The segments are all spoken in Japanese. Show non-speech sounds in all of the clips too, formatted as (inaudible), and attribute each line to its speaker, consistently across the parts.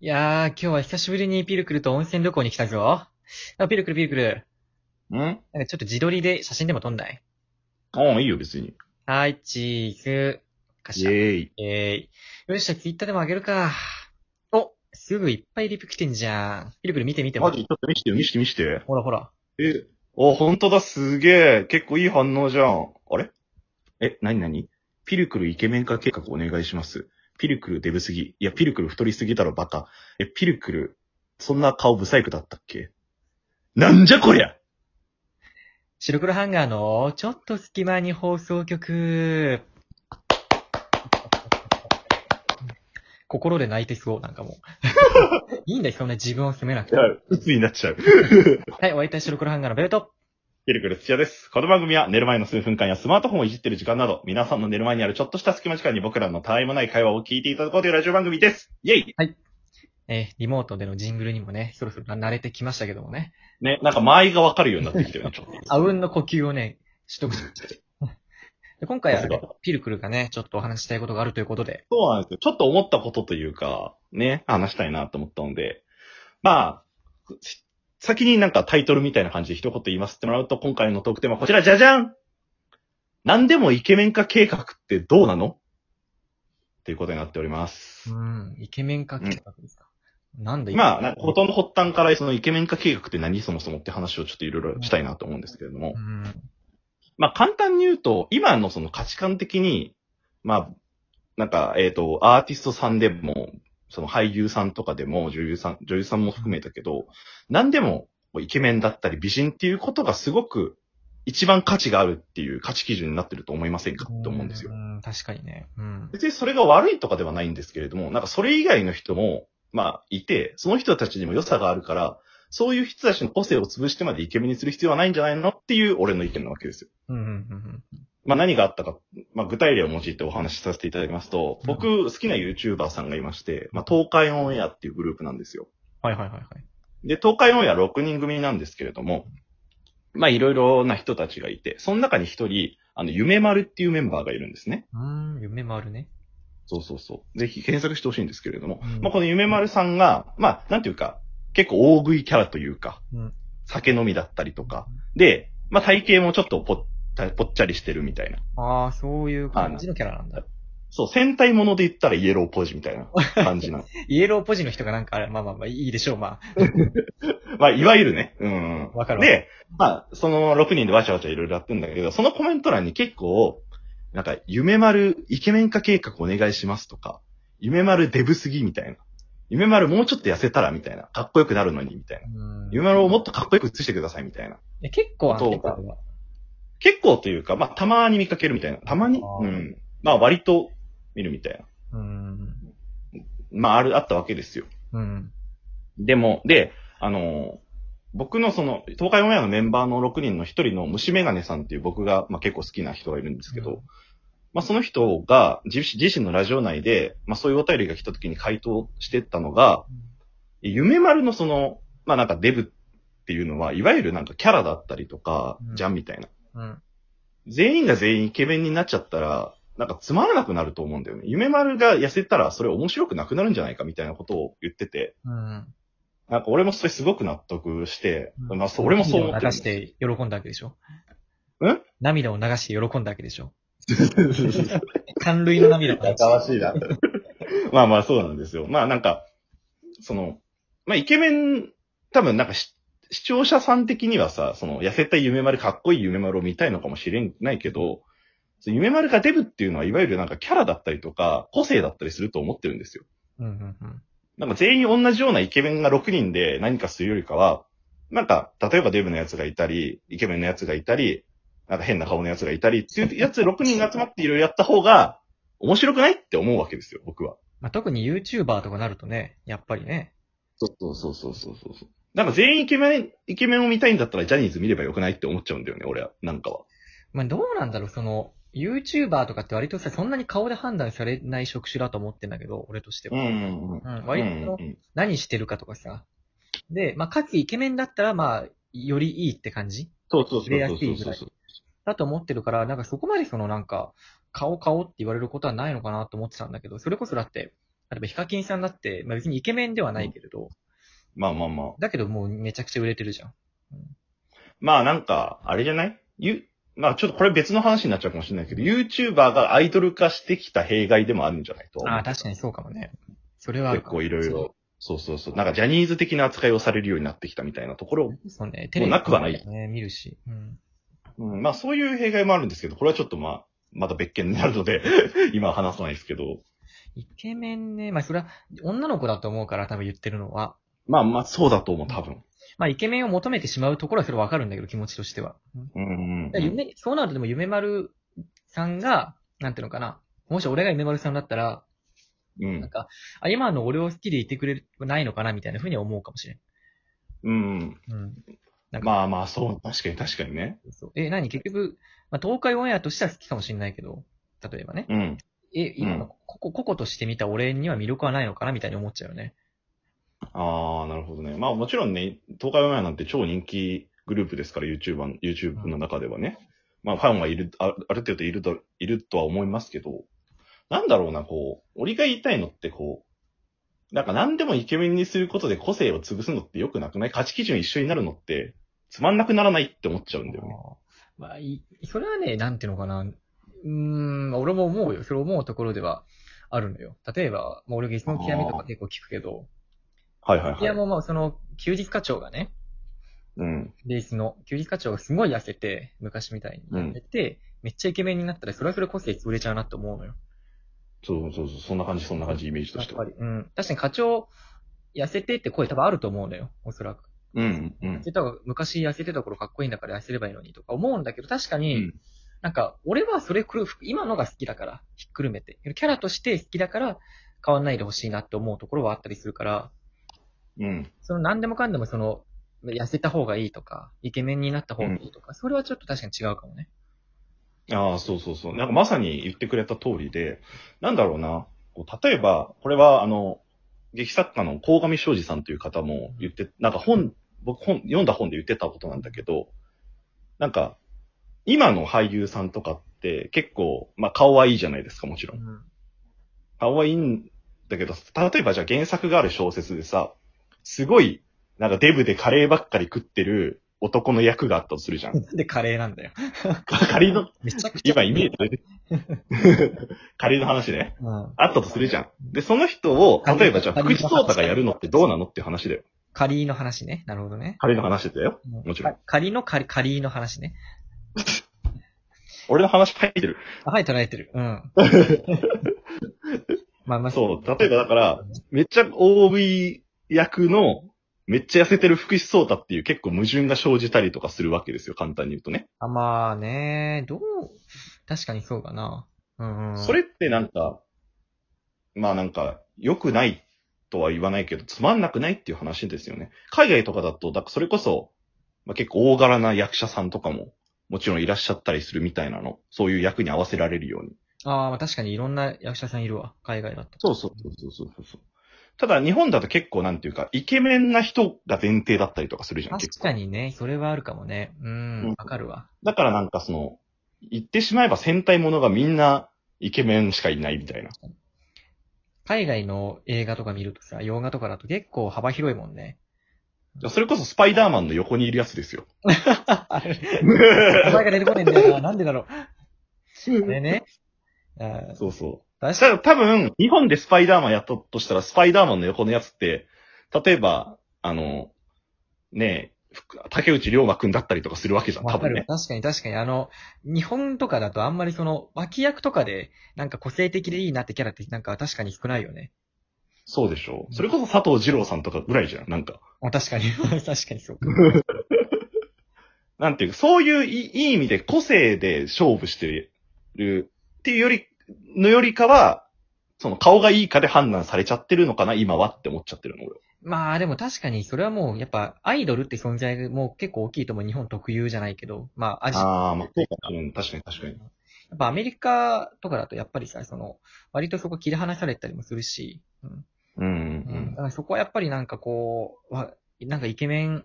Speaker 1: いやー、今日は久しぶりにピルクルと温泉旅行に来たぞ。あピルクルピルクル。
Speaker 2: ん
Speaker 1: なんかちょっと自撮りで写真でも撮んない
Speaker 2: ああ、いいよ、別に。
Speaker 1: はーい、チーズ。かし
Speaker 2: イ
Speaker 1: ら。
Speaker 2: ェ
Speaker 1: え
Speaker 2: ーイ。
Speaker 1: ー、い。よっしゃ、ツイッターでもあげるか。おすぐいっぱいリプ来てんじゃん。ピルクル見て見て
Speaker 2: マジ、ちょっと見してよ、見して見して。
Speaker 1: ほらほら。
Speaker 2: え、あ、ほんとだ、すげえ。結構いい反応じゃん。あれえ、なになにピルクルイケメン化計画お願いします。ピルクルデブすぎ。いや、ピルクル太りすぎだろ、バカ。え、ピルクル、そんな顔ブサイクだったっけなんじゃこりゃ
Speaker 1: 白黒ハンガーの、ちょっと隙間に放送局。心で泣いてそう、なんか
Speaker 2: (laughs)
Speaker 1: もう。いいんだよ、そんな自分を責めなく
Speaker 2: い
Speaker 1: て。
Speaker 2: や
Speaker 1: は、
Speaker 2: 鬱になっちゃう。
Speaker 1: い、お相手は白黒ハンガーのベルト。
Speaker 2: ピルクル土屋です。この番組は寝る前の数分間やスマートフォンをいじってる時間など、皆さんの寝る前にあるちょっとした隙間時間に僕らのたわいもない会話を聞いていただこうというラジオ番組です。イェイ
Speaker 1: えーリモートでのジングルにもね、そろそろ慣れてきましたけどもね。
Speaker 2: ね、なんか間合いがわかるようになってきたよね、ちょっと。 (laughs)
Speaker 1: あうんの呼吸をね、取得しました。で今回はね
Speaker 2: さすが
Speaker 1: ピルクルがね、ちょっとお話ししたいことがあるということで。
Speaker 2: そうなんですよ。ちょっと思ったことというか、ね、話したいなと思ったので、まあ、し先になんかタイトルみたいな感じで一言言いますってもらうと、今回のトークテーマはこちら、じゃじゃん何でもイケメン化計画ってどうなのっていうことになっております。
Speaker 1: うん、イケメン化計画ですか。なんだ
Speaker 2: まあ、なんか事の発端から、そのイケメン化計画って何そもそもって話をちょっといろいろしたいなと思うんですけれども
Speaker 1: う、ん、
Speaker 2: まあ簡単に言うと、今のその価値観的に、まあ、なんか、えっ、と、アーティストさんでも、その俳優さんとかでも、女優さん、女優さんも含めたけど、何でもイケメンだったり美人っていうことがすごく一番価値があるっていう価値基準になってると思いませんかと思うんですよ。
Speaker 1: うん、確かにね。うん。
Speaker 2: 別にそれが悪いとかではないんですけれども、なんかそれ以外の人も、まあ、いて、その人たちにも良さがあるから、そういう人たちの個性を潰してまでイケメンにする必要はないんじゃないのっていう俺の意見なわけですよ。
Speaker 1: うん、うん、うん
Speaker 2: まあ何があったか、まあ具体例を用いてお話しさせていただきますと
Speaker 1: う、ん
Speaker 2: 僕好きな YouTuber さんがいまして、まあ東海オンエアっていうグループなんですよ。
Speaker 1: はいはいはいはい。
Speaker 2: で、東海オンエア6人組なんですけれども、まあいろいろな人たちがいて、その中に一人、あの、夢丸っていうメンバーがいるんですね。
Speaker 1: うん、夢もあるね。
Speaker 2: そうそうそう。ぜひ検索してほしいんですけれども、
Speaker 1: うん
Speaker 2: まあこの夢丸さんが、まあなんていうか、結構大食いキャラというか、
Speaker 1: うん
Speaker 2: 酒飲みだったりとか、で、まあ体型もちょっとぽったぽっちゃりしてるみたいな。
Speaker 1: ああ、そういう感じのキャラなんだ。
Speaker 2: そう、戦隊もので言ったらイエローポジみたいな感じなの。 (laughs)
Speaker 1: イエローポジの人がなんか、あれ、まあまあまあ、いいでしょう、まあ。
Speaker 2: まあ、いわゆるね。うん。
Speaker 1: わかるわ
Speaker 2: で、まあ、その6人でわちゃわちゃいろいろやってんだけど、そのコメント欄に結構、なんか、夢丸イケメン化計画お願いしますとか、夢丸デブすぎみたいな。夢丸もうちょっと痩せたらみたいな。かっこよくなるのにみたいな。
Speaker 1: うん
Speaker 2: 夢丸をもっとかっこよく映してくださいみたいな。
Speaker 1: え結構あの、
Speaker 2: そうか結構というか、まあ、たまに見かけるみたいな。たまに
Speaker 1: あー
Speaker 2: うん。まあ、割と見るみたいな。
Speaker 1: うん、
Speaker 2: まあ、ある、あったわけですよ。
Speaker 1: うん、
Speaker 2: でも、で、あのー僕のその、東海オンエアのメンバーの6人の1人の虫眼鏡さんっていう僕が、まあ、結構好きな人がいるんですけど、
Speaker 1: うん
Speaker 2: まあ、その人が自自身のラジオ内で、まあ、そういうお便りが来た時に回答してったのが、夢丸のその、まあ、なんかデブっていうのは、いわゆるなんかキャラだったりとか
Speaker 1: う、ん
Speaker 2: じゃんみたいな。
Speaker 1: うん、
Speaker 2: 全員が全員イケメンになっちゃったら、なんかつまらなくなると思うんだよね。夢丸が痩せたらそれ面白くなくなるんじゃないかみたいなことを言ってて、
Speaker 1: うん。
Speaker 2: なんか俺もそれすごく納得して、
Speaker 1: うん
Speaker 2: まあそう、俺もそう思って
Speaker 1: 涙を
Speaker 2: る
Speaker 1: 流して喜んだわけでしょ
Speaker 2: ん
Speaker 1: 涙を流して喜んだわけでしょ
Speaker 2: ん。
Speaker 1: 寒類の涙を流して。
Speaker 2: しいな。まあまあそうなんですよ。まあなんか、その、まあイケメン、多分なんかし視聴者さん的にはさ、その痩せた夢丸、かっこいい夢丸を見たいのかもしれないけど、その夢丸がデブっていうのは、いわゆるなんかキャラだったりとか、個性だったりすると思ってるんですよ。
Speaker 1: うんうんうん。
Speaker 2: なんか全員同じようなイケメンが6人で何かするよりかは、なんか、例えばデブのやつがいたり、イケメンのやつがいたり、なんか変な顔のやつがいたりっていうやつ6人が集まっていろいろやった方が面白くないって思うわけですよ、僕は。
Speaker 1: まあ、特に YouTuber とかなるとね、やっぱりね。
Speaker 2: そうそうそうそうそうそう。なんか全員イケメン、イケメンを見たいんだったらジャニーズ見ればよくないって思っちゃうんだよね、俺は、なんかは。
Speaker 1: まあ、どうなんだろう、その、YouTuber とかって割とさ、そんなに顔で判断されない職種だと思ってんだけど、俺としては。
Speaker 2: んうん
Speaker 1: うん割と何してるかとかさ。で、まあ、かつイケメンだったら、まあ、よりいいって感じ
Speaker 2: そうそうそう
Speaker 1: レア
Speaker 2: そう
Speaker 1: シーンぐ
Speaker 2: そ
Speaker 1: ら
Speaker 2: う
Speaker 1: い
Speaker 2: そう。
Speaker 1: だと思ってるから、なんかそこまでそのなんか、顔顔って言われることはないのかなと思ってたんだけど、それこそだって、例えばヒカキンさんだって、まあ別にイケメンではないけれど、
Speaker 2: まあまあまあ。
Speaker 1: だけどもうめちゃくちゃ売れてるじゃん。
Speaker 2: まあなんか、あれじゃないゆ、まあちょっとこれ別の話になっちゃうかもしれないけど、YouTuber がアイドル化してきた弊害でもあるんじゃないと。
Speaker 1: ああ、確かにそうかもね。それはある
Speaker 2: 結
Speaker 1: かも
Speaker 2: 構いろいろ。。そうそうそう。なんかジ
Speaker 1: ゃ
Speaker 2: ャニーズ的な扱いをされるようになってきたみたいなところ、
Speaker 1: そうね、
Speaker 2: もうなくはない
Speaker 1: テレビとかでね、見るし。うん。
Speaker 2: うん、まあそういう弊害もあるんですけど、これはちょっとまあ、また別件になるので、 (laughs) 今は話さないですけど。
Speaker 1: イケメンね、まあそれは女の子だと思うから多分言ってるのは。
Speaker 2: まあまあそうだと思う、多分。
Speaker 1: まあイケメンを求めてしまうところはそれわかるんだけど、気持ちとしては。うん
Speaker 2: うんうん
Speaker 1: だから夢、そうなるとでも夢丸さんが、なんていうのかな。もし俺が夢丸さんだったら、
Speaker 2: うん。
Speaker 1: な
Speaker 2: う
Speaker 1: ん
Speaker 2: ん。
Speaker 1: か、あ、今の俺を好きでいてくれないのかなみたいな風には思うかもしれん。
Speaker 2: うん。
Speaker 1: うん。なんか、
Speaker 2: まあまあそう、確かに確かにね。
Speaker 1: そうえ、何結局、まあ、東海オンエアとしては好きかもしれないけど、例えばね。
Speaker 2: うん。
Speaker 1: え、今の、ここ、こことして見た俺には魅力はないのかなみたいに思っちゃうよね。
Speaker 2: ああ、なるほどね。まあもちろんね、東海オンエアなんて超人気グループですから、YouTuber、YouTube の中ではね。まあファンはいる、あある程度いると、いるとは思いますけど、なんだろうな、こう、俺が言いたいのってこう、なんか何でもイケメンにすることで個性を潰すのって良くなくない価値基準一緒になるのって、つまんなくならないって思っちゃうんだよね。
Speaker 1: あーまあ、い、それはね、なんていうのかな。うーん、俺も思うよ。それ思うところではあるのよ。例えば、まあ、俺、ゲスの極みとか結構聞くけど、
Speaker 2: はいはい
Speaker 1: いや、
Speaker 2: はい。
Speaker 1: もうまあ、その、休日課長がね、
Speaker 2: うん。
Speaker 1: レースの、休日課長がすごい痩せて、昔みたいに痩せて、めっちゃイケメンになったら、それはそれ個性潰れちゃうなって思うのよ。
Speaker 2: そうそうそう、そんな感じ、そんな感じ、イメージと
Speaker 1: やっ
Speaker 2: して
Speaker 1: ぱ
Speaker 2: は。
Speaker 1: り。うん。確かに課長、痩せてって声多分あると思うのよ、おそらく。
Speaker 2: うん、う
Speaker 1: 痩
Speaker 2: ん。
Speaker 1: せた方昔痩せてた頃かっこいいんだから痩せればいいのにとか思うんだけど、確かに、
Speaker 2: うん
Speaker 1: なんか、俺はそれくる、今のが好きだから、ひっくるめて。キャラとして好きだから、変わんないでほしいなって思うところはあったりするから、
Speaker 2: うん。
Speaker 1: その何でもかんでもその、痩せた方がいいとか、イケメンになった方がいいとか、それはちょっと確かに違うかもね。
Speaker 2: ああ、そうそうそう。なんかまさに言ってくれた通りで、なんだろうな。こう例えば、これはあの、劇作家の鴻上昌司さんという方も言って、なんか本、僕本、読んだ本で言ってたことなんだけど、なんか、今の俳優さんとかって結構、まあ顔はいいじゃないですか、もちろん。
Speaker 1: ん。
Speaker 2: 可愛いんだけど、例えばじゃあ原作がある小説でさ、すごい、なんかデブでカレーばっかり食ってる男の役があったとするじ
Speaker 1: (laughs)
Speaker 2: ゃん。
Speaker 1: なんでカレーなんだよ。
Speaker 2: 仮の、
Speaker 1: めちゃくちゃ。
Speaker 2: 今イメージ出て、 (laughs) 仮の話ね。
Speaker 1: うん。
Speaker 2: あったとするじゃん。で、その人を、例えばじゃあ福士蒼太がやるのってどうなのっていう話だよ。
Speaker 1: カリーの話ね。なるほどね。
Speaker 2: 仮の話だよ。もちろん
Speaker 1: か。仮のカリ、カリーの話ね。
Speaker 2: 俺の話入ってる。
Speaker 1: あはい、捉えてる。
Speaker 2: (laughs)
Speaker 1: うん。まあまあ、
Speaker 2: そう。例えばだから、めっちゃ OB 役の、めっちゃ痩せてる福士蒼太っていう結構矛盾が生じたりとかするわけですよ。簡単に言うとね。
Speaker 1: あまあね、どう、確かにそうかな。うん、うん。
Speaker 2: それってなんか、まあなんか、良くないとは言わないけど、つまんなくないっていう話ですよね。海外とかだと、だからそれこそ、まあ、結構大柄な役者さんとかも、もちろんいらっしゃったりするみたいなの。そういう役に合わせられるように。
Speaker 1: ああ、まあ確かにいろんな役者さんいるわ。海外だと。
Speaker 2: そうそうそうそうそうそう。ただ日本だと結構なんていうか、イケメンな人が前提だったりとかするじゃん、
Speaker 1: 確
Speaker 2: 結構
Speaker 1: かにね、それはあるかもね。うん
Speaker 2: うん、
Speaker 1: わかるわ。
Speaker 2: だからなんかその、言ってしまえば戦隊ものがみんなイケメンしかいないみたいな。
Speaker 1: 海外の映画とか見るとさ、洋画とかだと結構幅広いもん
Speaker 2: (laughs)
Speaker 1: ね。
Speaker 2: それこそスパイダーマンの横にいるやつ (laughs) ですよ。
Speaker 1: あれ名前が出てこねえんだよな。なんでだろう。あれね。あー
Speaker 2: そうそう。
Speaker 1: 確か
Speaker 2: た多分、日本でスパイダーマンやったとしたら、スパイダーマンの横のやつって、例えば、あの、ねえ、ふ竹内涼真くんだったりとかするわけじゃん、
Speaker 1: わ
Speaker 2: 多
Speaker 1: か
Speaker 2: 分
Speaker 1: る
Speaker 2: ね。
Speaker 1: わ。確かに確かに。あの、日本とかだとあんまりその、脇役とかで、なんか個性的でいいなってキャラってなんか確かに少ないよね。
Speaker 2: そうでしょう。それこそ佐藤二郎さんとかぐらいじゃん、なんか。
Speaker 1: あ確 (laughs) かに。確かにそうか。
Speaker 2: なんていうか、そういういいいい意味で個性で勝負してるっていうより、のよりかは、その顔がいいかで判断されちゃってるのかな、今はって思っちゃってるの、俺は。
Speaker 1: まあでも確かにそれはもう、やっぱアイドルって存在がもう結構大きいと思う。日本特有じゃないけど。まあ、アジア。
Speaker 2: ああ、まあ、そうかうん、確かに確かに。
Speaker 1: やっぱアメリカとかだとやっぱりさ、その、割とそこ切り離されたりもするし。うん。う
Speaker 2: うん、うんん
Speaker 1: だ。からそこはやっぱりなんかこう、わなんかイケメン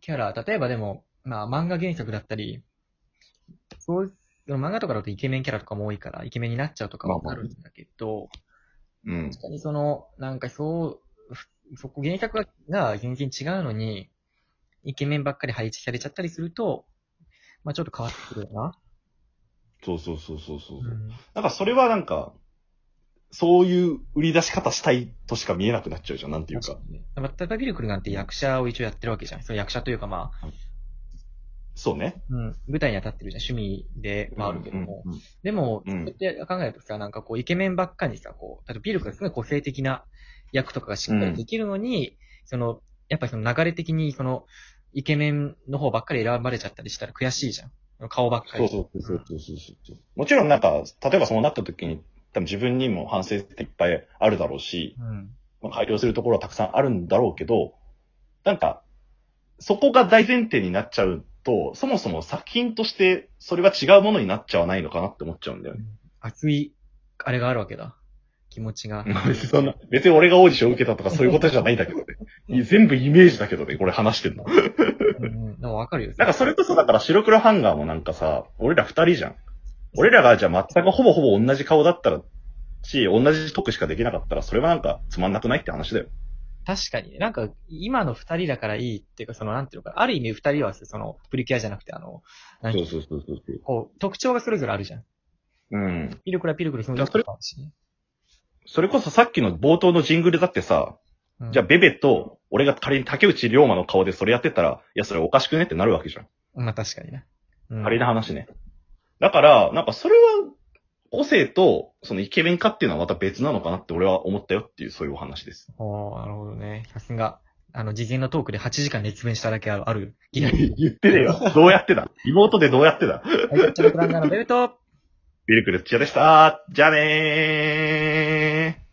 Speaker 1: キャラ、例えばでも、まあ漫画原作だったり、そう、その漫画とかだとイケメンキャラとかも多いから、イケメンになっちゃうとかもあるんだけど、
Speaker 2: うん。
Speaker 1: 確かにその、なんかそうふ、そこ原作が全然違うのに、イケメンばっかり配置されちゃったりすると、まあちょっと変わってくるよな。
Speaker 2: そうそうそうそうそう。
Speaker 1: うん
Speaker 2: なんかそれはなんか、そういう売り出し方したいとしか見えなくなっちゃうじゃん、なんていうか。
Speaker 1: まあ、タタビルクルなんて役者を一応やってるわけじゃん。その役者というかまあ、
Speaker 2: そうね。
Speaker 1: うん、舞台に当たってるじゃん。趣味ではあるけども。
Speaker 2: うんうん
Speaker 1: でも、
Speaker 2: うん
Speaker 1: そうやって考えるとさ、なんかこう、イケメンばっかりにさ、こう、例えばビルクがすごい個性的な役とかがしっかりできるのに、その、やっぱりその流れ的に、その、イケメンの方ばっかり選ばれちゃったりしたら悔しいじゃん。顔ばっか
Speaker 2: そう
Speaker 1: り。
Speaker 2: そうそうそうそうそう。もちろんなんか、例えばそうなった時に、多分自分にも反省っていっぱいあるだろうし、
Speaker 1: うん。
Speaker 2: まあ、改良するところはたくさんあるんだろうけど、なんか、そこが大前提になっちゃうと、そもそも作品としてそれは違うものになっちゃわないのかなって思っちゃうんだよね。
Speaker 1: 熱い、あれがあるわけだ。気持ちが。
Speaker 2: 別に (laughs) そんな、別に俺がオーディション受けたとかそういうことじゃないんだけどね。いや全部イメージだけどね、これ話してんの。
Speaker 1: うん。でもわかるよ。
Speaker 2: なんかそれこそだから白黒ハンガーもなんかさ、俺ら二人じゃん。俺らがじゃあ全くほぼほぼ同じ顔だったら、し、同じ得しかできなかったら、それはなんかつまんなくないって話だよ。
Speaker 1: 確かにね。なんか、今の二人だからいいっていうか、その、なんていうのか、ある意味二人は、その、プリキュアじゃなくて、あの、なんか
Speaker 2: そうそうそうそうそう。
Speaker 1: こう、特徴がそれぞれあるじゃん。
Speaker 2: うん。
Speaker 1: ピルクラピルクル、その
Speaker 2: じゃあそれ
Speaker 1: あるしね
Speaker 2: それこそさっきの冒頭のジングルだってさ、
Speaker 1: うん
Speaker 2: じゃあベベと、俺が仮に竹内龍馬の顔でそれやってたら、いやそれおかしくねってなるわけじゃん。
Speaker 1: まあ確かにね。うん
Speaker 2: 仮な話ね。だから、なんかそれは、個性と、そのイケメン化っていうのはまた別なのかなって俺は思ったよっていう、そういうお話です。
Speaker 1: おーなるほどね。さすが。あの、事前のトークで8時間熱弁しただけある、ある。
Speaker 2: (laughs) いや言ってねえよ。どうやってだリモートでどうやって
Speaker 1: は
Speaker 2: だ
Speaker 1: い、チャルクランガーのベルト
Speaker 2: ビルクル土屋でした。じゃあねー。